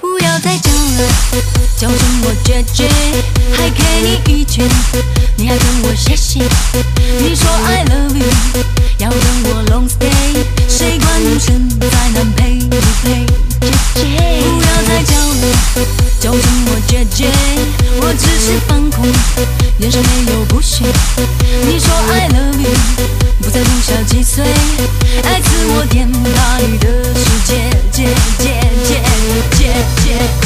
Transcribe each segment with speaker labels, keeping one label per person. Speaker 1: 不要再讲了，就这么决绝，还给你一拳，你还跟我谢谢。你说 I love you，要跟我 long stay，谁管你身再难配不配？姐姐，不要再讲了，就这么决绝，我只是放空，眼神没有不屑。你说 I love you，不在乎小几岁，爱自我天大你的世界，姐姐姐姐姐姐姐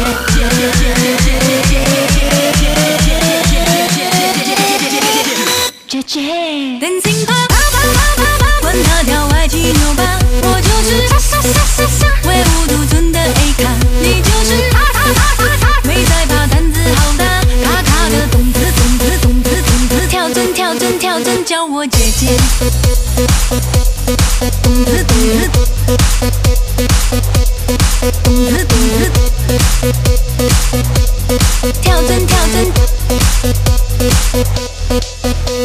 Speaker 1: 姐姐姐姐，Dancing 吧吧吧吧吧吧，管他跳歪七扭八，我就是傻傻傻傻傻，唯吾独尊的 A 卡，你就是他他他他他，没在怕胆子好大，卡卡的动子动子动子动子，跳针跳针跳针，叫我姐姐，动子动子。动子动子，跳针跳针，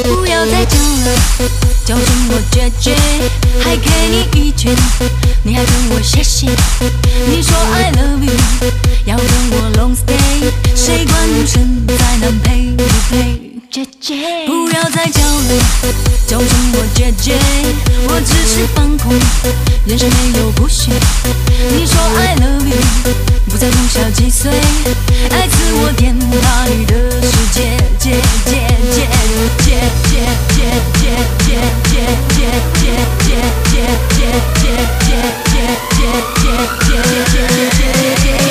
Speaker 1: 不要再讲了，就这么决绝，还给你一拳，你还跟我谢谢。你说 I love you，要跟我 long stay，谁管女生再难配不配？姐姐，不要再讲了，就这么决绝，我只是放空，眼神没有不屑。你说 I love you，不在乎小几岁，爱自我天大你的世界，姐姐姐姐姐姐姐姐姐姐姐姐姐姐姐姐姐姐姐姐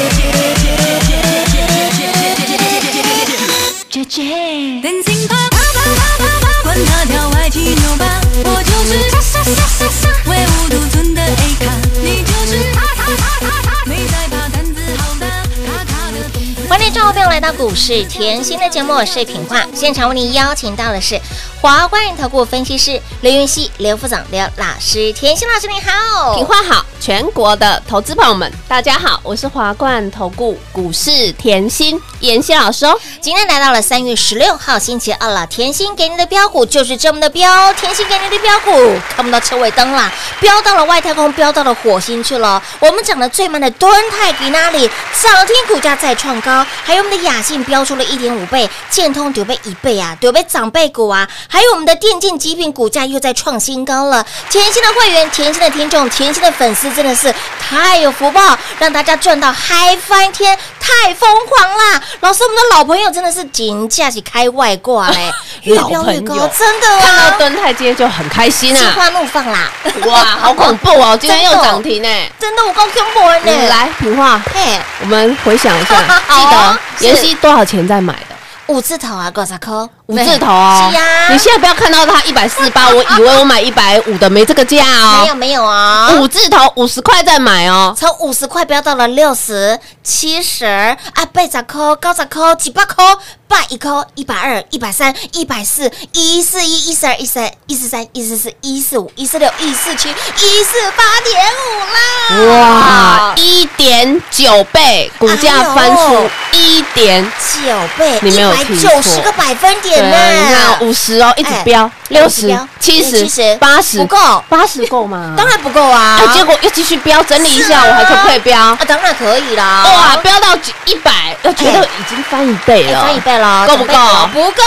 Speaker 1: 姐姐，Dancing 吧吧吧吧吧吧，管他跳歪七扭八，我就是傻傻傻傻傻，唯吾独尊的 A 卡，你就是他他他他他，没在怕胆子好大，卡卡的动子。
Speaker 2: 欢迎各位朋友来到股市甜心的节目，我是品化。现场为您邀请到的是华冠投顾分析师刘云熙、刘副总、刘老师。甜心老师你好，
Speaker 3: 品话好，全国的投资朋友们，大家好，我是华冠投顾股市甜心妍希老师哦。
Speaker 2: 今天来到了三月十六号星期二了，甜心给您的标股就是这么的标，甜心给您的标股看不到车尾灯啦，飙到了外太空，飙到了火星去了。我们涨得最慢的敦泰给那里涨停，股价再创高，还有我们的雅信飙出了一点五倍，建通九倍一倍啊，九倍长辈股啊，还有我们的电竞极品股价又在创新高了。甜心的会员、甜心的听众、甜心的粉丝真的是太有福报，让大家赚到嗨翻天，太疯狂啦！老师，我们的老朋友真的是紧架起开外挂嘞，越飙越
Speaker 3: 老朋
Speaker 2: 高
Speaker 3: 友，
Speaker 2: 真的
Speaker 3: 看到
Speaker 2: 啊，
Speaker 3: 敦泰今天就很开心
Speaker 2: 心
Speaker 3: 啊！
Speaker 2: 花怒放啦！
Speaker 3: 哇，好恐怖哦！今天又
Speaker 2: 真的
Speaker 3: 涨停哎！
Speaker 2: 真的，我高兴不完
Speaker 3: 你
Speaker 2: 呢。
Speaker 3: 来，品话，
Speaker 2: 嘿，
Speaker 3: 我们回想一下，
Speaker 2: 好啊
Speaker 3: 记得妍
Speaker 2: 是
Speaker 3: 希多少钱在买的？
Speaker 2: 五字头啊，多少颗？
Speaker 3: 五字头哦。
Speaker 2: 是呀
Speaker 3: 你现在不要看到它一百四 十八，我以为我买一百五的，没这个价
Speaker 2: 没有
Speaker 3: 哦。
Speaker 2: 没有啊，
Speaker 3: 五字头五十块再买哦。
Speaker 2: 从五十块飙到了六十、七十，啊，八十扣、高十扣、几百扣、八一扣、一百二、一百三、一百四、一四一、一四二、一三、一四三、一四四、一四五、一四六、一四七、一四八点五啦！
Speaker 3: 哇，，一点九倍，股
Speaker 2: 哎
Speaker 3: 价翻出一点
Speaker 2: 九倍，
Speaker 3: 你没有
Speaker 2: 一百
Speaker 3: 听
Speaker 2: 九十
Speaker 3: 错
Speaker 2: 个百分点
Speaker 3: 对
Speaker 2: 呢、
Speaker 3: 啊，你看五十哦，一直飙六
Speaker 2: 哎一直
Speaker 3: 十
Speaker 2: 飙、
Speaker 3: 七十、
Speaker 2: 70
Speaker 3: 八十，
Speaker 2: 不够
Speaker 3: 八十够吗
Speaker 2: ？当然不够啊！
Speaker 3: 啊，结果又继续飙，整理一下，
Speaker 2: 是啊
Speaker 3: 我还可不可以飙
Speaker 2: 啊，？当然可以啦！
Speaker 3: 哇，飙到一百，又觉得已经翻一倍
Speaker 2: 哎
Speaker 3: 了，
Speaker 2: 翻一倍了，
Speaker 3: 够不够
Speaker 2: 准备好不够。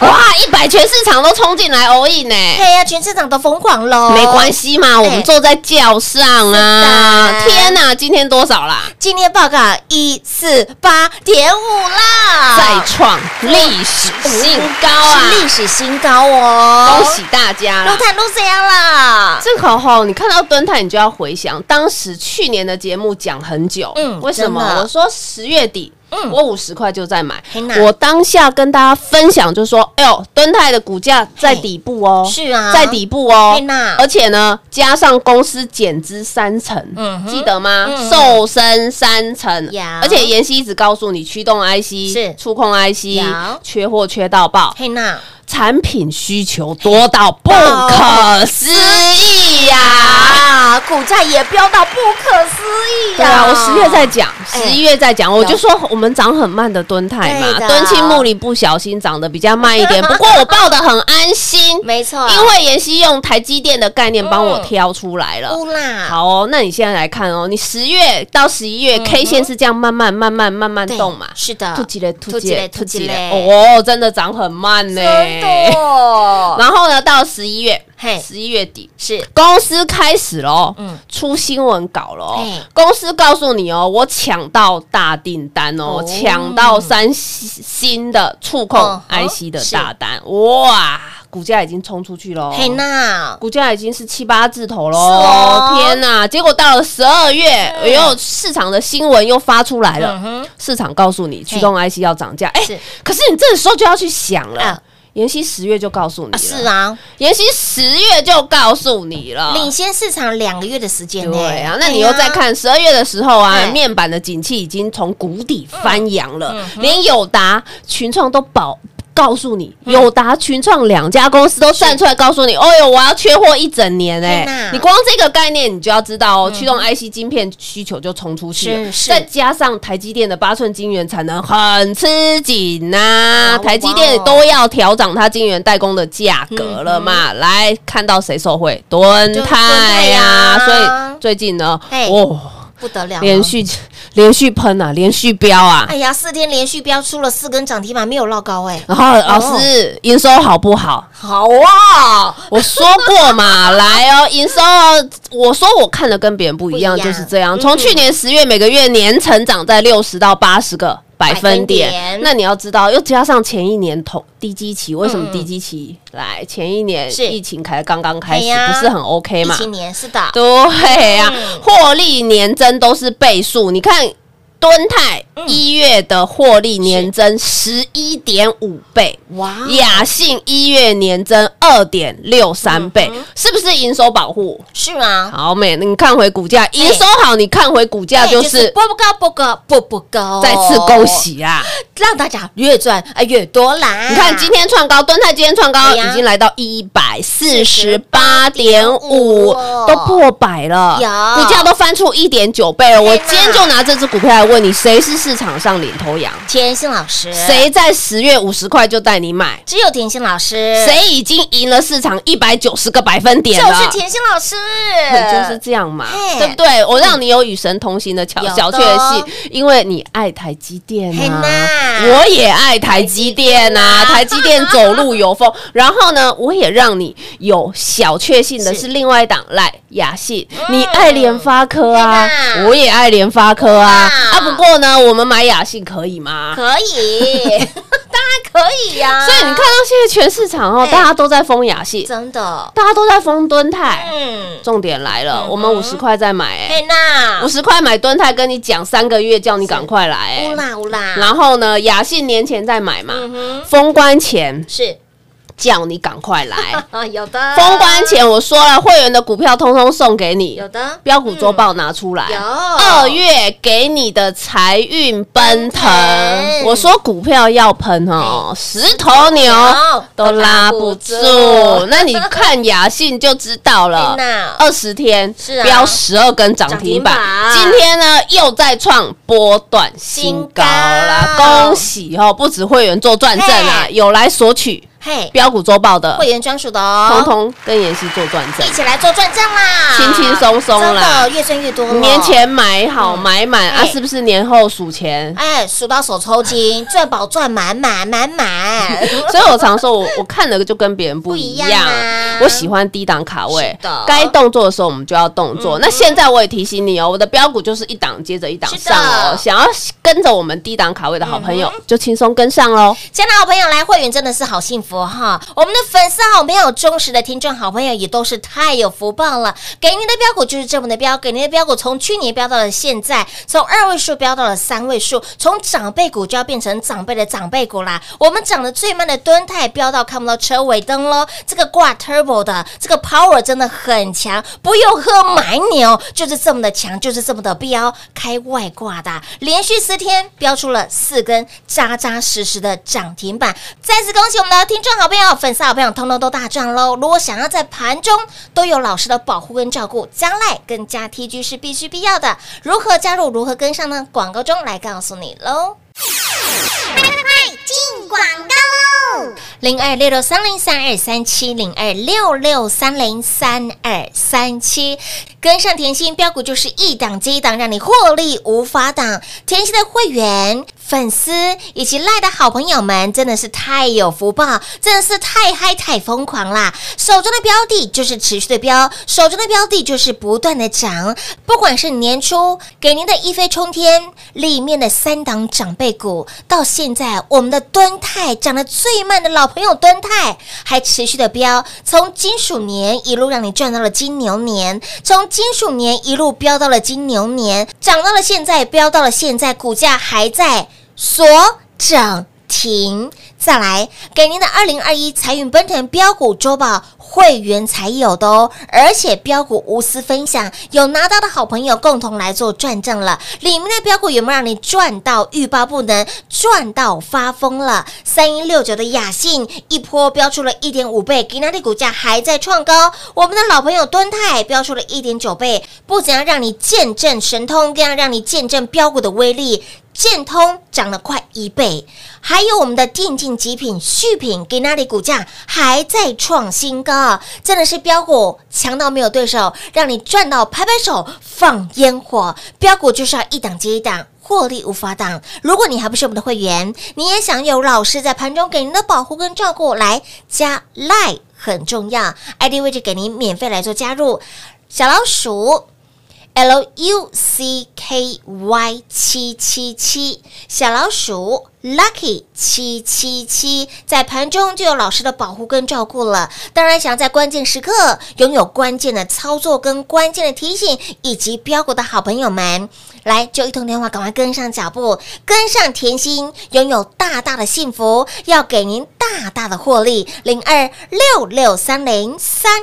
Speaker 3: 哇，一百全市场都冲进来 all in 呢，
Speaker 2: 对呀、全市场都疯狂喽。
Speaker 3: 没关，系嘛，我
Speaker 2: 哦哎
Speaker 3: 们坐在轿上啊
Speaker 2: 是的！
Speaker 3: 天哪，今天多少啦？
Speaker 2: 今天报告一四八点五啦，
Speaker 3: 再
Speaker 2: 哦
Speaker 3: 创历史新高啊！
Speaker 2: 是历史新高哦！
Speaker 3: 恭喜大家
Speaker 2: 陆
Speaker 3: 啦！
Speaker 2: 探陆这样啦，啦。
Speaker 3: 这个吼，你看到蹲泰，你就要回想当时去年的节目讲很久，
Speaker 2: 嗯
Speaker 3: 为什么
Speaker 2: 真的
Speaker 3: 我说十月底？
Speaker 2: 嗯
Speaker 3: 我五十块就在买
Speaker 2: 嘿呐，
Speaker 3: 我当下跟大家分享就说，哎呦，敦泰的股价在底部哦，
Speaker 2: 是啊
Speaker 3: 在底部哦
Speaker 2: 嘿呐，
Speaker 3: 而且呢，加上公司减资三成
Speaker 2: 嗯，哼
Speaker 3: 记得吗
Speaker 2: 嗯？
Speaker 3: 瘦身三成
Speaker 2: 有，
Speaker 3: 而且妍希一直告诉你，驱动 IC
Speaker 2: 是
Speaker 3: 触控
Speaker 2: 有
Speaker 3: IC 缺货缺到爆，
Speaker 2: 嘿娜，
Speaker 3: 产品需求多到不可思议呀、
Speaker 2: 啊，股价也飙到不可思议
Speaker 3: 对
Speaker 2: 呀！
Speaker 3: 啊，我十月在讲，
Speaker 2: 哎
Speaker 3: 十一月在讲，我
Speaker 2: 了
Speaker 3: 就说我们涨很慢的蹲泰嘛
Speaker 2: 对，的
Speaker 3: 蹲青木里不小心涨得比较慢一点，不过我报的很安心，
Speaker 2: 没错，
Speaker 3: 因为妍希用台积电的概念帮我挑出来了。
Speaker 2: 乌啦，
Speaker 3: 好哦，那你现在来看哦，你十月到十一月 K 线是这样慢慢慢慢慢慢
Speaker 2: 对
Speaker 3: 动嘛，
Speaker 2: 是的，
Speaker 3: 突起嘞突起嘞突起嘞，
Speaker 2: 哦，
Speaker 3: 哦，真的涨很慢呢。
Speaker 2: 真的哦，
Speaker 3: 然后呢，到十一月，
Speaker 2: 嘿
Speaker 3: 十一月底
Speaker 2: 是
Speaker 3: 哎公司开始喽，
Speaker 2: 嗯
Speaker 3: 出新闻稿喽
Speaker 2: 嘿。
Speaker 3: 公司告诉你哦，我抢到大订单哦，
Speaker 2: 哦
Speaker 3: 抢到三星新的触控
Speaker 2: 嗯哼
Speaker 3: IC 的大单，哇，股价已经冲出去喽。
Speaker 2: 嘿娜，
Speaker 3: 股价已经是七八字头喽、
Speaker 2: 哦
Speaker 3: 天哪！结果到了十二月，哎呦，市场的新闻又发出来了，
Speaker 2: 嗯哼，
Speaker 3: 市场告诉你驱动 IC 要涨价，哎、
Speaker 2: 是
Speaker 3: 可是你这时候就要去想了。
Speaker 2: 啊
Speaker 3: 妍希十月就告诉你
Speaker 2: 啊
Speaker 3: 了，
Speaker 2: 是啊，
Speaker 3: 妍希十月就告诉你了。
Speaker 2: 领先市场两个月的时间呢，
Speaker 3: 对啊，那
Speaker 2: 哎呀
Speaker 3: 你又在看十二月的时候啊
Speaker 2: 哎，嗯
Speaker 3: 面板的景气已经从谷底翻扬了，连友达、群创都保告诉你，
Speaker 2: 嗯
Speaker 3: 友达、群创两家公司都站出来告诉你，哦呦，我要缺货一整年哎、
Speaker 2: 天哪嗯
Speaker 3: 你光这个概念你就要知道哦，驱动 IC 晶片需求就冲出去了
Speaker 2: 是是
Speaker 3: 再加上台积电的八寸晶圆产能很吃紧呐、
Speaker 2: 哇哦
Speaker 3: 台积电都要调涨它晶圆代工的价格了嘛，
Speaker 2: 嗯
Speaker 3: 来看到谁受惠，敦
Speaker 2: 就
Speaker 3: 泰呀、
Speaker 2: 敦
Speaker 3: 所
Speaker 2: 泰
Speaker 3: 以
Speaker 2: 呀啊哎
Speaker 3: 最近呢，
Speaker 2: 嘿
Speaker 3: 哦，
Speaker 2: 不得了，
Speaker 3: 连。续连续喷啊，连续飙啊。
Speaker 2: 哎呀，四天连续飙出了四根涨停板，没有落高哎、
Speaker 3: 然后老师营收好不好？
Speaker 2: 好啊，
Speaker 3: 我说过嘛，来 哦，营收哦，我说我看的跟别人不一样，
Speaker 2: 不一
Speaker 3: 就
Speaker 2: 样
Speaker 3: 是这样。
Speaker 2: 嗯
Speaker 3: 从去年十月每个月年成长在六十到八十个。百分点，
Speaker 2: 百分点
Speaker 3: 那你要知道，又加上前一年同低基期，为什么
Speaker 2: 嗯
Speaker 3: 低基期？来，前一年
Speaker 2: 是
Speaker 3: 疫情才刚刚开始，
Speaker 2: 哎呀
Speaker 3: 不是很 OK
Speaker 2: 一
Speaker 3: 嘛？
Speaker 2: 七年是 的，
Speaker 3: 对呀、
Speaker 2: 嗯
Speaker 3: 获利年增都是倍数。你看敦泰一月的获利年增十一点五倍，
Speaker 2: 哇，
Speaker 3: 雅信一月年增二点六三倍，
Speaker 2: 嗯
Speaker 3: 是不是营收保护？
Speaker 2: 是啊，
Speaker 3: 好美，你看回股
Speaker 2: 哎
Speaker 3: 价，营收好，你看回股价
Speaker 2: 那
Speaker 3: 啊就是
Speaker 2: 波不高，波高，波哎不高，
Speaker 3: 再次恭，喜啊！
Speaker 2: 让大家越赚哎越多啦。
Speaker 3: 你看今天创高，敦泰今天创高
Speaker 2: 对嗯哎呀
Speaker 3: 已经来到一百四十八点五，
Speaker 2: 哦
Speaker 3: 都破百了，
Speaker 2: 有哎
Speaker 3: 股价都翻出一点九倍了。我
Speaker 2: 天哪
Speaker 3: 今天就拿这只股票来问你，谁是市场上领头羊？
Speaker 2: 甜心老师，
Speaker 3: 谁在十月五十块就带你买？
Speaker 2: 只有甜心老师，
Speaker 3: 谁已经赢了市场一百九十个百分点
Speaker 2: 哎就
Speaker 3: 了
Speaker 2: 是？甜心老师，
Speaker 3: 就是这样嘛，
Speaker 2: 嘿
Speaker 3: 对不对？我让你有与神同行的小
Speaker 2: 有的
Speaker 3: 小确
Speaker 2: 哦
Speaker 3: 幸，因为你爱台积电
Speaker 2: 嘿
Speaker 3: 啊
Speaker 2: 呐，
Speaker 3: 我也爱台积 电啊，台积电走路有风。然后呢，我也让你有小确幸
Speaker 2: 是
Speaker 3: 的
Speaker 2: 嗯
Speaker 3: 是另外一档来雅信，你爱联发科啊
Speaker 2: 嘿，呐
Speaker 3: 我也爱联发科啊。
Speaker 2: 哇
Speaker 3: 啊，不过呢，我们买雅信可以吗？
Speaker 2: 可以， 当然可以啊呀。
Speaker 3: 所以你看到现在全市场哦，
Speaker 2: 哎
Speaker 3: 大家都在封雅信，
Speaker 2: 真的，
Speaker 3: 大家都在封敦泰。
Speaker 2: 嗯，
Speaker 3: 重点来了，
Speaker 2: 嗯
Speaker 3: 我们五十块再买，哎
Speaker 2: 嘿娜
Speaker 3: 五，十块买蹲泰，跟你讲三个月，叫你赶快来、
Speaker 2: 乌
Speaker 3: 欸。
Speaker 2: 啦乌啦，
Speaker 3: 然后呢，雅信年前再买嘛，
Speaker 2: 嗯哼，
Speaker 3: 封关前
Speaker 2: 是。
Speaker 3: 叫你赶快来
Speaker 2: 啊，有的，
Speaker 3: 封关前我说了，会员的股票通通送给你
Speaker 2: 有，的，
Speaker 3: 标股周报拿出来。
Speaker 2: 有
Speaker 3: 哎二月给你的财运奔
Speaker 2: 奔
Speaker 3: 腾
Speaker 2: 腾，
Speaker 3: 我说股票要喷哦，十头牛
Speaker 2: 哎牛
Speaker 3: 都
Speaker 2: 都拉
Speaker 3: 拉不
Speaker 2: 不
Speaker 3: 住
Speaker 2: 住，
Speaker 3: 那你 看雅信就知道
Speaker 2: 天。
Speaker 3: 了
Speaker 2: 哪
Speaker 3: 二十天
Speaker 2: 是啊
Speaker 3: 飙十二根涨停板
Speaker 2: 涨，停板
Speaker 3: 今天呢又再创波段新高啦
Speaker 2: 新！高
Speaker 3: 恭喜哦，不止会员做转正啊，
Speaker 2: 嘿
Speaker 3: 有来索取
Speaker 2: 嘿，
Speaker 3: 标股周报的
Speaker 2: 会，员专属的哦，
Speaker 3: 通通跟妍希做转正
Speaker 2: 一。起来做转正啦，
Speaker 3: 轻轻松松啦
Speaker 2: 哎真的越赚越多了。哦
Speaker 3: 年，前买好买满啊，
Speaker 2: 嘿
Speaker 3: 是不是年后数钱？
Speaker 2: 哎，数到手抽筋， 赚饱赚满满满满。
Speaker 3: 所以我常说我，我看了就跟别人不一
Speaker 2: 不一样
Speaker 3: 样
Speaker 2: 啊。
Speaker 3: 我喜欢低档卡位
Speaker 2: 是的，嗯
Speaker 3: 该动作的时候我们就要动作。那现在我也提醒你哦，我的标股就是一档接着一档
Speaker 2: 是的嗯
Speaker 3: 上哦。想要跟着我们低档卡位的好朋友，就轻松跟上喽。
Speaker 2: 亲爱的好朋友，来会员真的是好幸福福哈！我们的粉丝好朋友、忠实的听众好朋友也都是太有福报了。给您的标股就是这么的标，给您的标股从去年标到了现在，从二位数标到了三位数，从长辈股就要变成长辈的长辈股啦。我们涨得最慢的蹲泰标到看不到车尾灯喽，这个挂 turbo 的这个 power 真的很强，不用喝蛮牛，就是这么的强，就是这么的标，开外挂的，连续四天标出了四根扎扎实实的涨停板。再次恭喜我们的听众好朋友、粉丝好朋友，通通都大赚喽！如果想要在盘中都有老师的保护跟照顾，加赖跟加 TG 是必须必要的。如何加入，如何跟上呢？广告中来告诉你喽。零二六六三零三二三七零二六六三零三二三七，跟上甜心标股就是一档接一档，让你获利无法挡。甜心的会员、粉丝以及赖的好朋友们，真的是太有福报，真的是太嗨太疯狂啦！手中的标的就是持续的标，手中的标的就是不断的涨，不管是年初给您的一飞冲天里面的三档长辈股，到现在我们的敦泰涨得最慢的老朋友敦泰还持续的飙，从金属年一路让你赚到了金牛年，从金属年一路飙到了金牛年，涨到了现在，飙到了现在，股价还在所涨停。再来，给您的二零二一财运奔腾标股周报会员才有的哦，而且标股无私分享，有拿到的好朋友共同来做转正了。里面的标股有没有让你赚到欲罢不能，赚到发疯了？三一六九的雅信一波标出了一点五倍，给那的股价还在创高。我们的老朋友敦泰标出了一点九倍，不仅要让你见证神通，更要让你见证标股的威力。建通涨了快一倍，还有我们的电竞极品续品，给那里股价还在创新高，真的是标股强到没有对手，让你赚到拍拍手放烟火。标股就是要一档接一档。获利无法挡。如果你还不是我们的会员，你也想有老师在盘中给您的保护跟照顾，来加 line 很重要，ID 位置给您免费来做加入。小老鼠 L U C K Y 七七七，小老鼠 Lucky 七七七，在盘中就有老师的保护跟照顾了。当然，想要在关键时刻拥有关键的操作跟关键的提醒，以及标股的好朋友们，来就一通电话，赶快跟上脚步，跟上甜心，拥有大大的幸福，要给您大大的获利。零二六六三零三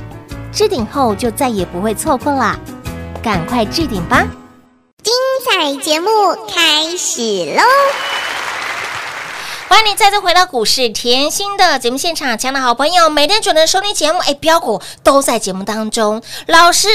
Speaker 2: 置顶后就再也不会错过啦，赶快置顶吧！
Speaker 4: 彩节目开始喽！
Speaker 2: 欢迎你再次回到股市甜心的节目现场，亲爱的好朋友，每天准时收听节目，哎，标股都在节目当中。老师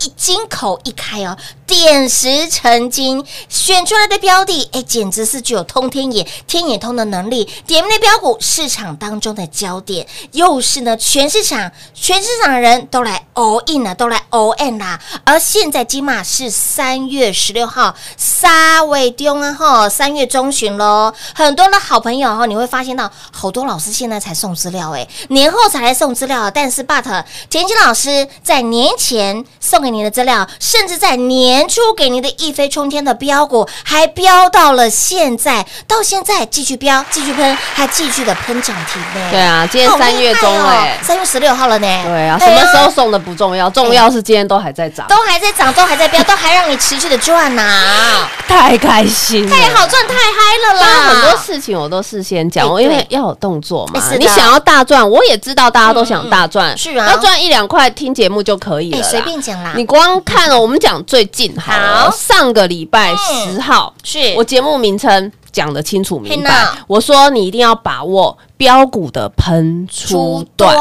Speaker 2: 一金口一开哦，点石成金，选出来的标的，哎，简直是具有通天眼、天眼通的能力。点名的标股，市场当中的焦点，又是呢，全市场、全市场的人都来 all in 了，都来 all in 啦。而现在金马是三月十六号，沙尾丢啊哈，三月中旬喽，很多的好朋友哈，你会发现到好多老师现在才送资料，哎，年后才来送资料，但是 but 田心老师在年前送给你的资料，甚至在年初给您的一飞冲天的标股，还飙到了现在，到现在继续飙，继续喷，还继续的喷涨停呢。
Speaker 3: 对啊，今天
Speaker 2: 好厉害哦，
Speaker 3: 三月中哎、
Speaker 2: 三月十六号了呢。
Speaker 3: 对啊，什么时候送的不重要，重要是今天都还在涨，
Speaker 2: 啊都还在涨，都还在飙，都还让你持续的赚呐、
Speaker 3: 太开心 了，
Speaker 2: 太好赚，太嗨了
Speaker 3: 当然
Speaker 2: 啦！
Speaker 3: 很多事情我都事先讲，
Speaker 2: 哎
Speaker 3: 我因为
Speaker 2: 对
Speaker 3: 要有动作嘛
Speaker 2: 哎是。的
Speaker 3: 你想要大赚，我也知道大家都想大赚，
Speaker 2: 是啊
Speaker 3: 要赚一两块，听节目就可以了
Speaker 2: 哎，
Speaker 3: 啦。
Speaker 2: 随便讲啦，
Speaker 3: 你光看了，我们讲最近好了
Speaker 2: 好嗯
Speaker 3: 上个礼拜十号，
Speaker 2: 是
Speaker 3: 我节目名称讲得清楚明
Speaker 2: 嘿
Speaker 3: 白
Speaker 2: 呐。
Speaker 3: 我说你一定要把握标股的喷出段。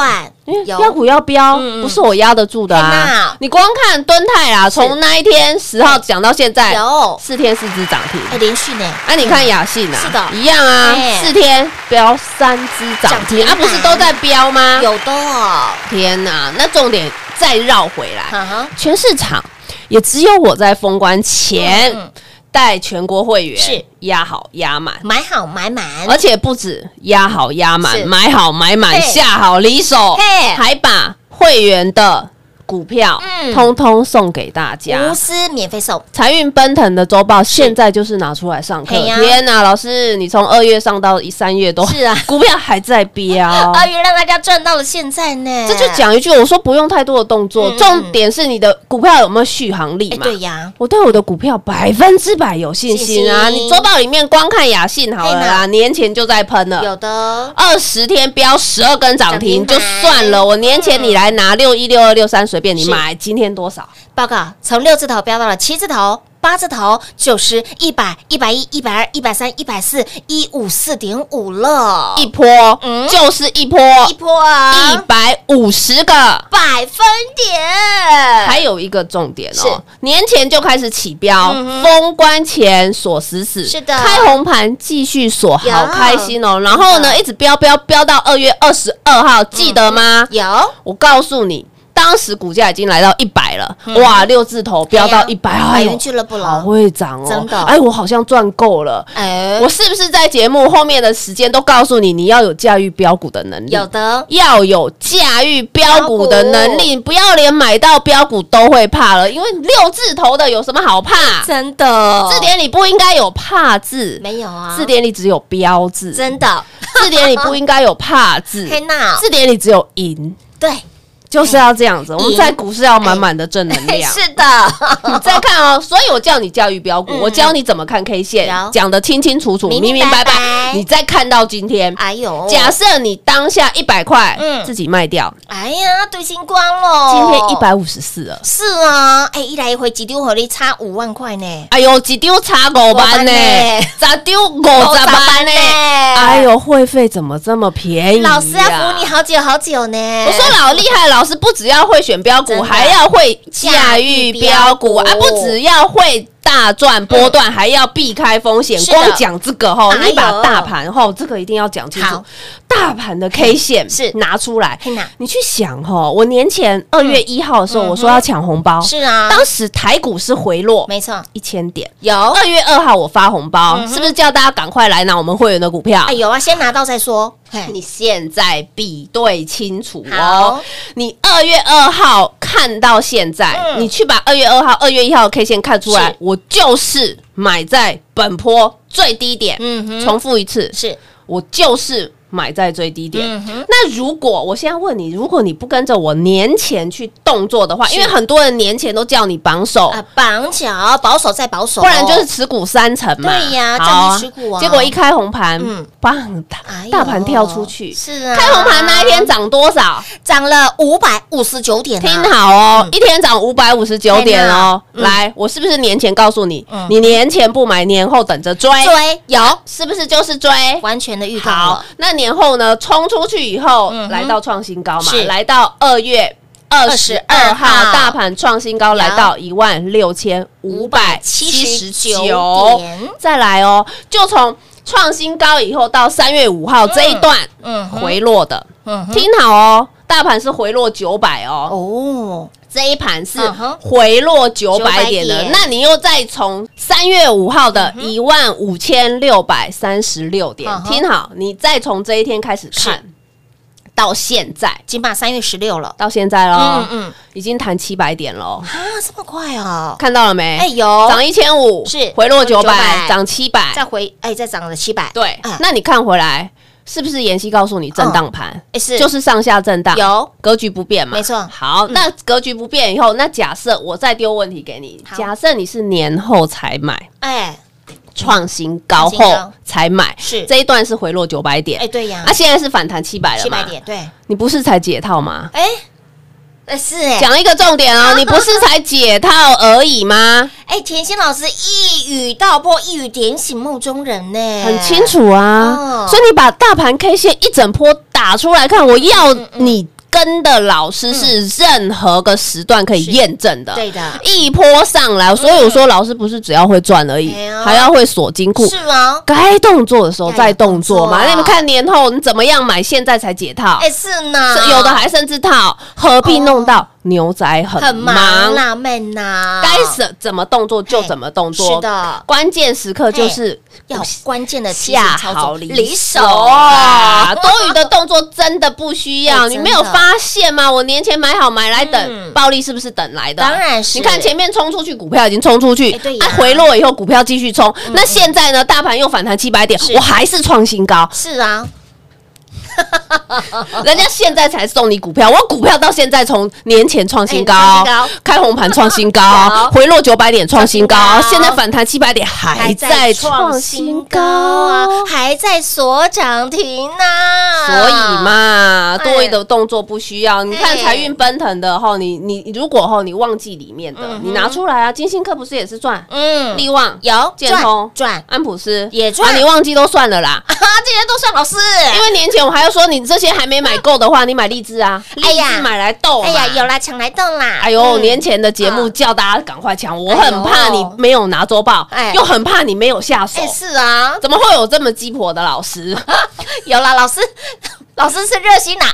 Speaker 3: 因为
Speaker 2: 有
Speaker 3: 标股要标，
Speaker 2: 嗯嗯
Speaker 3: 不是我压得住的
Speaker 2: 天
Speaker 3: 啊
Speaker 2: 哪！
Speaker 3: 你光看敦泰啊，从那一天十号讲到现在，
Speaker 2: 有
Speaker 3: 四天四只涨停
Speaker 2: 哎，，连续呢，
Speaker 3: 啊，你看雅信啊，
Speaker 2: 是的
Speaker 3: 一样啊
Speaker 2: 哎，
Speaker 3: 四天飙三只涨
Speaker 2: 涨停
Speaker 3: 停，啊，不是都在飙吗？
Speaker 2: 有的哦，
Speaker 3: 天哪，那重点再绕回来，
Speaker 2: 哈哈，
Speaker 3: 全市场也只有我在封关前
Speaker 2: 嗯
Speaker 3: 带全国会员
Speaker 2: 是
Speaker 3: 压好压满。
Speaker 2: 买好买满，
Speaker 3: 而且不止压好压
Speaker 2: 是
Speaker 3: 满，买好买满，
Speaker 2: 嘿
Speaker 3: 下好离手
Speaker 2: 嘿，
Speaker 3: 还把会员的股票
Speaker 2: 嗯
Speaker 3: 通通送给大家，
Speaker 2: 无私免费送，
Speaker 3: 财运奔腾的周报现在就是拿出来上课。
Speaker 2: 嘿哎呀
Speaker 3: 天哪，老师，你从二月上到一三月都
Speaker 2: 是啊 哎
Speaker 3: 股票还在 飙。
Speaker 2: 二月让大家赚到了现在呢，
Speaker 3: 这就讲一句，我说不用太多的动作，
Speaker 2: 嗯嗯
Speaker 3: 重点是你的股票有没有续航力
Speaker 2: 哎，
Speaker 3: 嘛？
Speaker 2: 对呀，
Speaker 3: 我对我的股票百分之百有信心啊！
Speaker 2: 信心
Speaker 3: 你周报里面光看雅信好了
Speaker 2: 嘿
Speaker 3: 啦，年前就在喷了。
Speaker 2: 有的，
Speaker 3: 二十天飙十二根涨
Speaker 2: 涨停
Speaker 3: 停
Speaker 2: 板
Speaker 3: 就算了，我年前你来拿六一六二六三随便你买，今天多少？
Speaker 2: 报告从六字头飙到了七字头。八字头、九十、一百、一百一、一百二、一百三、一百四、一五四点五了，
Speaker 3: 一波
Speaker 2: 嗯
Speaker 3: 就是一波，
Speaker 2: 一波
Speaker 3: 一
Speaker 2: 啊，
Speaker 3: 百五十个。
Speaker 2: 百分点，
Speaker 3: 还有一个重点
Speaker 2: 是
Speaker 3: 哦，年前就开始起标，
Speaker 2: 嗯哼
Speaker 3: 封关前锁死死，
Speaker 2: 是的
Speaker 3: 开红盘继续锁，
Speaker 2: 有
Speaker 3: 好开心哦。然后
Speaker 2: 真
Speaker 3: 呢，
Speaker 2: 的
Speaker 3: 一直飙飙飙到二月二十二号，记得
Speaker 2: 嗯
Speaker 3: 吗？
Speaker 2: 有
Speaker 3: 我告诉你，当时股价已经来到一百了，哇，六字头飙到一百，
Speaker 2: 嗯哎
Speaker 3: 哎
Speaker 2: 百元俱乐部了
Speaker 3: 好会涨哦，
Speaker 2: 真的
Speaker 3: 哎，我好像赚够了。
Speaker 2: 哎，
Speaker 3: 我是不是在节目后面的时间都告诉你，你要有驾驭标股的能力？
Speaker 2: 有的，
Speaker 3: 要有驾驭标股的能力，不要连买到标股都会怕了，因为六字头的有什么好怕？
Speaker 2: 真的
Speaker 3: 字典里不应该有怕字，
Speaker 2: 没有啊，
Speaker 3: 字典里只有标字，
Speaker 2: 真的，
Speaker 3: 字典里不应该有怕字，
Speaker 2: 黑娜，
Speaker 3: 字典里只有赢，
Speaker 2: 对，
Speaker 3: 就是要这样子。我们
Speaker 2: 赢
Speaker 3: 在股市要满满的正能 量。
Speaker 2: 是的，
Speaker 3: 你再看哦，所以我叫你教育标股，
Speaker 2: 嗯
Speaker 3: 我教你怎么看 K 线
Speaker 2: 有，
Speaker 3: 讲得清清楚楚、
Speaker 2: 明
Speaker 3: 明
Speaker 2: 明
Speaker 3: 明
Speaker 2: 白
Speaker 3: 白
Speaker 2: 白
Speaker 3: 白。你再看到今天，
Speaker 2: 哎呦，
Speaker 3: 假设你当下一百块
Speaker 2: 嗯哦
Speaker 3: 自己卖掉，
Speaker 2: 哎呀，对星光喽，
Speaker 3: 今天一百五十四了。
Speaker 2: 是啊，哎，一来一回几丢火力差五万块呢，
Speaker 3: 哎呦，一丢差五万呢
Speaker 2: 五万呢，
Speaker 3: 咋丢五十万呢？哎呦，会费怎么这么便宜哎呀？
Speaker 2: 老师要服你好久好久呢，
Speaker 3: 我说老厉害，老师不只要会选标
Speaker 2: 真
Speaker 3: 股，
Speaker 2: 的
Speaker 3: 还要会驾
Speaker 2: 驾驭
Speaker 3: 驭
Speaker 2: 标
Speaker 3: 标
Speaker 2: 股嗯
Speaker 3: 股啊！不只要会大赚波段，还要避开风险
Speaker 2: 是。的
Speaker 3: 光讲这个吼，
Speaker 2: 哎呦
Speaker 3: 你把大盘吼这个一定要讲清楚
Speaker 2: 好。
Speaker 3: 大盘的 K 线
Speaker 2: 是
Speaker 3: 拿出来
Speaker 2: 嘿呐，
Speaker 3: 你去想吼，我年前二月一号的时候，
Speaker 2: 嗯
Speaker 3: 我说要抢红包，
Speaker 2: 是啊，
Speaker 3: 当时台股是回落
Speaker 2: 没错，
Speaker 3: 一千点。
Speaker 2: 有，
Speaker 3: 二月二号我发红包，
Speaker 2: 嗯哼
Speaker 3: 是不是叫大家赶快来拿我们会员的股票？
Speaker 2: 哎有啊，先拿到再说，嘿
Speaker 3: 你现在比对清楚哦
Speaker 2: 好。
Speaker 3: 你二月二号看到现在，
Speaker 2: 嗯
Speaker 3: 你去把二月二号、二月一号的 K 线看出来
Speaker 2: 是，
Speaker 3: 我就是买在本坡最低点。
Speaker 2: 嗯哼
Speaker 3: 重复一次，
Speaker 2: 是
Speaker 3: 我就是买在最低点。
Speaker 2: 嗯
Speaker 3: 那如果我现在问你，如果你不跟着我年前去动作的话，因为很多人年前都叫你绑手，
Speaker 2: 啊，绑脚保守再保守，
Speaker 3: 不然就是持股三成嘛。
Speaker 2: 对呀
Speaker 3: 好
Speaker 2: 占据持股啊
Speaker 3: 结果一开红盘，
Speaker 2: 嗯
Speaker 3: 棒，大
Speaker 2: 哎呦
Speaker 3: 大盘跳出去。
Speaker 2: 是啊，
Speaker 3: 开红盘那一天涨多少？
Speaker 2: 涨了五百五十九点、啊，
Speaker 3: 听好哦，一天涨五百五十九点哦。
Speaker 2: 哎呀嗯
Speaker 3: 来，我是不是年前告诉你
Speaker 2: 嗯，
Speaker 3: 你年前不买，年后等着追？
Speaker 2: 追
Speaker 3: 有，是不是就是追？
Speaker 2: 完全的预告
Speaker 3: 好
Speaker 2: 了，，
Speaker 3: 那年后呢？冲出去以后，
Speaker 2: 嗯哼
Speaker 3: 来到创新高嘛
Speaker 2: 是，
Speaker 3: 来到二月二十二
Speaker 2: 号
Speaker 3: 号，大盘创新高来到一万六千五百七十
Speaker 2: 579
Speaker 3: 九
Speaker 2: 点，
Speaker 3: 再来哦，就从创新高以后到三月五号这一段
Speaker 2: 嗯哼
Speaker 3: 回落的，
Speaker 2: 嗯哼
Speaker 3: 听好哦，大盘是回落九百哦，
Speaker 2: 哦，
Speaker 3: 这一盘是
Speaker 2: 嗯哼
Speaker 3: 回落九百
Speaker 2: 900
Speaker 3: 点的，
Speaker 2: 点嗯
Speaker 3: 那你又再从三月五号的一万五千六百三十六点，
Speaker 2: 嗯哼
Speaker 3: 听好，你再从这一天开始看，到现在，
Speaker 2: 金马三月十六了，
Speaker 3: 到现在喽
Speaker 2: 嗯，嗯，
Speaker 3: 已经弹七百点喽，
Speaker 2: 啊，这么快哦，
Speaker 3: 看到了没？
Speaker 2: 哎有
Speaker 3: 涨一千五，
Speaker 2: 是
Speaker 3: 回落
Speaker 2: 回落
Speaker 3: 九
Speaker 2: 900
Speaker 3: 百，涨七百，
Speaker 2: 再回哎，再涨了七百，
Speaker 3: 对
Speaker 2: 哎，
Speaker 3: 那你看回来。是不是妍希告诉你震荡盘？
Speaker 2: 哎是
Speaker 3: 就是上下震荡，
Speaker 2: 有
Speaker 3: 格局不变嘛？
Speaker 2: 没错嗯
Speaker 3: 好，那格局不变以后，那假设我再丢问题给你
Speaker 2: 好，
Speaker 3: 假设你是年后才买，
Speaker 2: 哎
Speaker 3: 创新
Speaker 2: 创
Speaker 3: 高
Speaker 2: 新
Speaker 3: 后
Speaker 2: 高
Speaker 3: 才买，
Speaker 2: 是
Speaker 3: 这一段是回落九百点，
Speaker 2: 哎，对呀
Speaker 3: 啊，，现在是反弹七百了
Speaker 2: 七
Speaker 3: 嘛
Speaker 2: 百？点，对，
Speaker 3: 你不是才解套吗？
Speaker 2: 哎哎是哎，
Speaker 3: 讲一个重点哦，你不是才解套而已吗？
Speaker 2: 哎，甜心老师一语道破，一语点醒梦中人呢，
Speaker 3: 很清。楚啊
Speaker 2: 哦，
Speaker 3: 所以你把大盘 K 线一整波打出来看，我要你跟的老师是任何个时段可以验证的，
Speaker 2: 嗯对的
Speaker 3: 一波上来，所以我说老师不是只要会赚而已
Speaker 2: 哎呦，
Speaker 3: 还要会锁金库。
Speaker 2: 是吗？
Speaker 3: 该动作的时候再动作嘛，
Speaker 2: 要有动作啊
Speaker 3: 那你们看年后你怎么样买，现在才解套，
Speaker 2: 哎，是呢，
Speaker 3: 是有的还甚至套，何必弄到牛仔
Speaker 2: 哦很
Speaker 3: 很
Speaker 2: 忙啊
Speaker 3: 忙？
Speaker 2: 啦，闷呐，
Speaker 3: 该怎怎么动作就怎么动作，
Speaker 2: 是的
Speaker 3: 关键时刻就是
Speaker 2: 要有关键的提醒
Speaker 3: 下
Speaker 2: 操
Speaker 3: 好
Speaker 2: 作
Speaker 3: 离手
Speaker 2: 啊
Speaker 3: 啊！多余的动作真的不需
Speaker 2: 哎
Speaker 3: 要，
Speaker 2: 真
Speaker 3: 你
Speaker 2: 的
Speaker 3: 没有发现吗？我年前买好买来
Speaker 2: 嗯
Speaker 3: 等暴利是不是等来的？
Speaker 2: 当然是
Speaker 3: 你看前面冲出去，股票已经冲出去
Speaker 2: 哎对，呀嗯
Speaker 3: 它回落以后股票继续冲。那现在呢？大盘又反弹七百点，我还是创新高。
Speaker 2: 是啊，哦
Speaker 3: 人家现在才送你股票，我股票到现在从年前创新高
Speaker 2: 哎创新高，
Speaker 3: 开红盘创 新
Speaker 2: 有
Speaker 3: 高，回落九百点创新高
Speaker 2: 创，新高
Speaker 3: 现在反弹七百点还在创新高啊！
Speaker 2: 还在所涨停啊呢、
Speaker 3: 所以，嘛，
Speaker 2: 哎
Speaker 3: 啊多余的动作不需要。你看
Speaker 2: 哎
Speaker 3: 财运奔腾的吼，你你如果吼你忘记里面的，你拿出来啊，金星科不是也是赚？
Speaker 2: 嗯，
Speaker 3: 力哦啊旺有建通
Speaker 2: 赚赚
Speaker 3: 安普斯
Speaker 2: 也赚
Speaker 3: 啊你忘记都算 了啦。
Speaker 2: 啊，这些都算老师，
Speaker 3: 因为年前我还要说，你这些还没买够的话，你买荔枝啊，
Speaker 2: 哎
Speaker 3: 荔
Speaker 2: 呀
Speaker 3: 枝买来斗嘛。
Speaker 2: 哎呀，有啦，抢来动啦，
Speaker 3: 哎呦，
Speaker 2: 嗯
Speaker 3: 年前的节目
Speaker 2: 啊
Speaker 3: 叫大家赶快抢，我很怕你没有拿周报
Speaker 2: 哎呦，
Speaker 3: 又很怕你没有下手
Speaker 2: 哎、，是啊，
Speaker 3: 怎么会有这么鸡婆的老师？
Speaker 2: 有啦，老师，老师是热 心啦、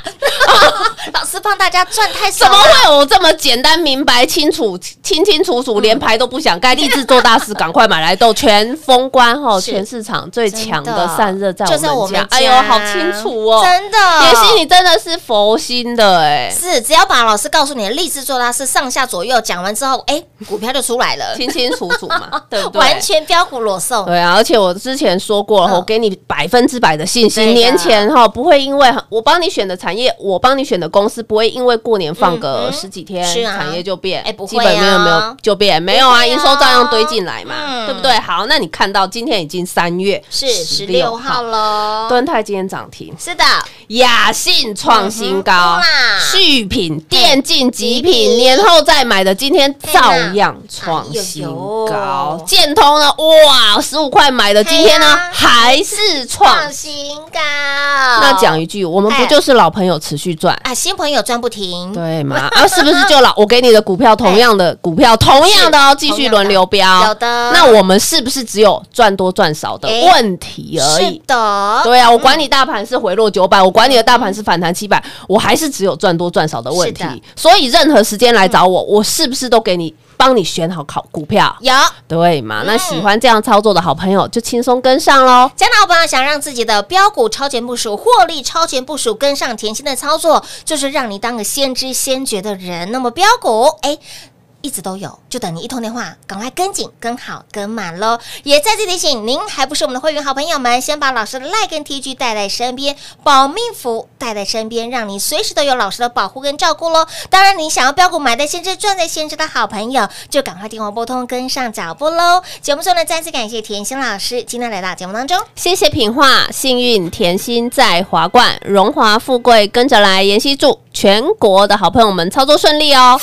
Speaker 2: 老师帮大家赚太少
Speaker 3: 怎么
Speaker 2: 了，
Speaker 3: 会有这么简单、明白、清楚、清清楚
Speaker 2: 嗯
Speaker 3: 楚，连牌都不想盖，立志做大事，赶快买来斗，全封关哈，
Speaker 2: 是
Speaker 3: 全市场最强
Speaker 2: 真
Speaker 3: 的散热在
Speaker 2: 就在
Speaker 3: 我
Speaker 2: 我
Speaker 3: 们
Speaker 2: 们家，。
Speaker 3: 家哎呦，好清楚哦！
Speaker 2: 真的，
Speaker 3: 妍希，你真的是佛心的哎，
Speaker 2: 是只要把老师告诉你的励志做大是上下左右讲完之后，哎、股票就出来了，
Speaker 3: 清清楚楚嘛，对不 对？
Speaker 2: 完全标股裸送，
Speaker 3: 对啊，而且我之前说过了，
Speaker 2: 嗯
Speaker 3: 我给你百分之百的信
Speaker 2: 对的
Speaker 3: 心。年前哈不会因为我帮你选的产业，我帮你选的公司，不会因为过年放
Speaker 2: 嗯
Speaker 3: 个
Speaker 2: 嗯
Speaker 3: 十几天，
Speaker 2: 是啊
Speaker 3: 产业就变，
Speaker 2: 哎不会
Speaker 3: 基本面有没
Speaker 2: 啊
Speaker 3: 有就变，没有
Speaker 2: 不
Speaker 3: 啊，
Speaker 2: 会啊
Speaker 3: 营收照样堆进来嘛
Speaker 2: 嗯，
Speaker 3: 对不对？好，那你看到今天已经三月
Speaker 2: 是十六号，喽，
Speaker 3: 敦泰今天涨停，
Speaker 2: 是的，
Speaker 3: 雅信创新高
Speaker 2: 嗯哼哇，
Speaker 3: 续品、电竞极
Speaker 2: 极品
Speaker 3: 品，年后再买的，今天照样创新
Speaker 2: 哎
Speaker 3: 高
Speaker 2: 呦。
Speaker 3: 建通呢，哇，十五块买的，今天
Speaker 2: 哎
Speaker 3: 呢
Speaker 2: 呀
Speaker 3: 还是创。
Speaker 2: 创新高。
Speaker 3: 那
Speaker 2: 那
Speaker 3: 讲一句，我们不就是老朋友持续赚？
Speaker 2: 啊，新朋友赚不停，
Speaker 3: 对嘛？啊，是不是就老我给你的股票，同样的股
Speaker 2: 哎
Speaker 3: 票，同样的哦，继续轮流标。
Speaker 2: 有的
Speaker 3: 那我们是不是只有赚多赚少的
Speaker 2: 哎
Speaker 3: 问题而
Speaker 2: 是
Speaker 3: 已？
Speaker 2: 的，
Speaker 3: 对啊，我管你大盘是回落九百，我管你的大盘是反弹七百，我还是只有赚多赚少的问题
Speaker 2: 是的。嗯
Speaker 3: 所以任何时间来找我，我是不是都给你帮你选好考股票？
Speaker 2: 有。
Speaker 3: 对嘛？那
Speaker 2: 嗯
Speaker 3: 喜欢这样操作的好朋友就轻松跟上喽。
Speaker 2: 江老板想让自己的标股超前部署、获利超前部署跟上甜心的操作，就是让你当个先知先觉的人。那么标股，哎，一直都有，就等你一通电话，赶快跟紧、跟好、跟满喽！也再次提醒您，还不是我们的会员好朋友们，先把老师的赖跟 T G 带在身边，保命符带在身边，让你随时都有老师的保护跟照顾喽。当然，你想要标股买在先知、赚在先知的好朋友，就赶快电话拨通，跟上脚步喽！节目中呢，再次感谢甜心老师今天来到节目当中。
Speaker 3: 谢谢品画，幸运甜心在华冠，荣华富贵跟着来。妍希祝全国的好朋友们操作顺利哦。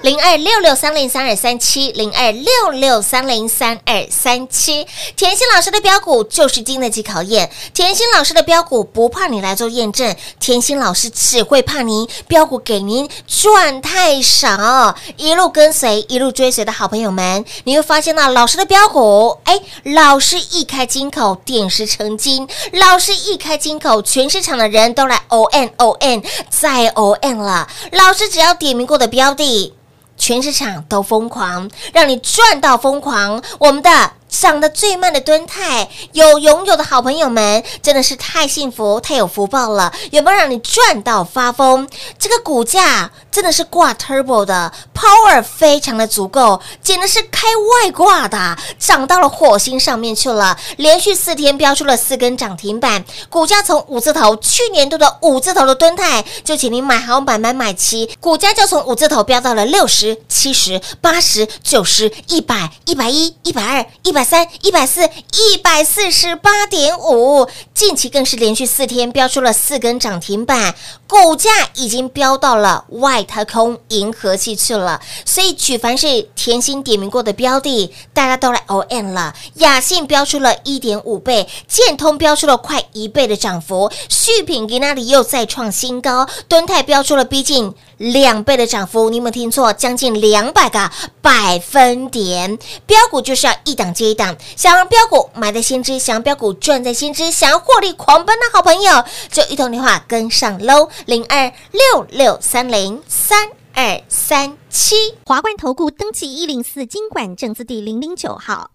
Speaker 2: 零二六六三零三二三七，零二六六三零三二三七。甜心老师的标股就是经得起考验，甜心老师的标股不怕你来做验证，甜心老师只会怕您标股给您赚太少。一路跟随，一路追随的好朋友们，你会发现到老师的标股，哎，老师一开金口，点石成金；老师一开金口，全市场的人都来 O N O N 再 O N 了。老师只要点名过的标的。全市场都疯狂，让你赚到疯狂。我们的涨得最慢的蹲泰，有拥有的好朋友们真的是太幸福、太有福报了，有没有让你赚到发疯？这个股价真的是挂 turbo 的，power 非常的足够，简直是开外挂的，涨到了火星上面去了，连续四天标出了四根涨停板，股价从五字头，去年度的五字头的蹲泰，就请您买好买买买齐，股价就从五字头飙到了六十七十八十九十一百一百一一百二一百三一百四一百四十八点五，近期更是连续四天飙出了四根涨停板，股价已经飙到了外太空银河系去了。所以举凡是甜心点名过的标的，大家都来 O N 了。雅信飙出了一点五倍，建通飙出了快一倍的涨幅，旭品给那里又再创新高，敦泰飙出了逼近两倍的涨幅，你有没有听错？将近两百个百分点。标股就是要一档接一档，想让标股买在先知，想让标股赚在先知，想要获利狂奔的好朋友，就一通电话跟上喽，零二六六三零三二三七。
Speaker 4: 华冠投顾登记一零四经管证字第零零九号。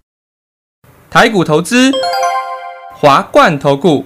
Speaker 5: 台股投资，华冠投顾。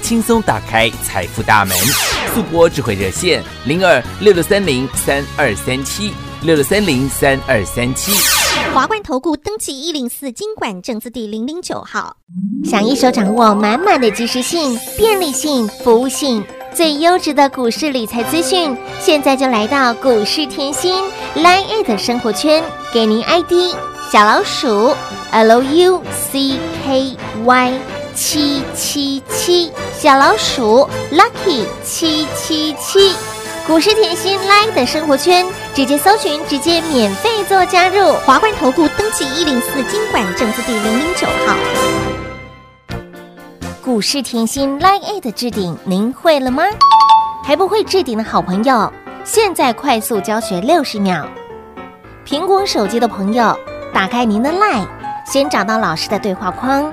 Speaker 6: 轻松打开财富大门。速播智慧热线零二六六三零三二三七六六三零三二三七。
Speaker 4: 华冠投顾登记一零四经管证字第零零九号。
Speaker 2: 想一手掌握满满的及时性、便利性、服务性，最优质的股市理财资讯，现在就来到股市甜心 Line 的生活圈，给您 ID 小老鼠 LUCKY 七七七，小老鼠 Lucky 七七七。股市甜心 Line 的生活圈，直接搜寻，直接免费做加入。
Speaker 4: 华冠投顾登记一零四经管证字第零零九号。
Speaker 2: 股市甜心 Line 的置顶，您会了吗？还不会置顶的好朋友，现在快速教学六十秒。苹果手机的朋友，打开您的 Line，先找到老师的对话框，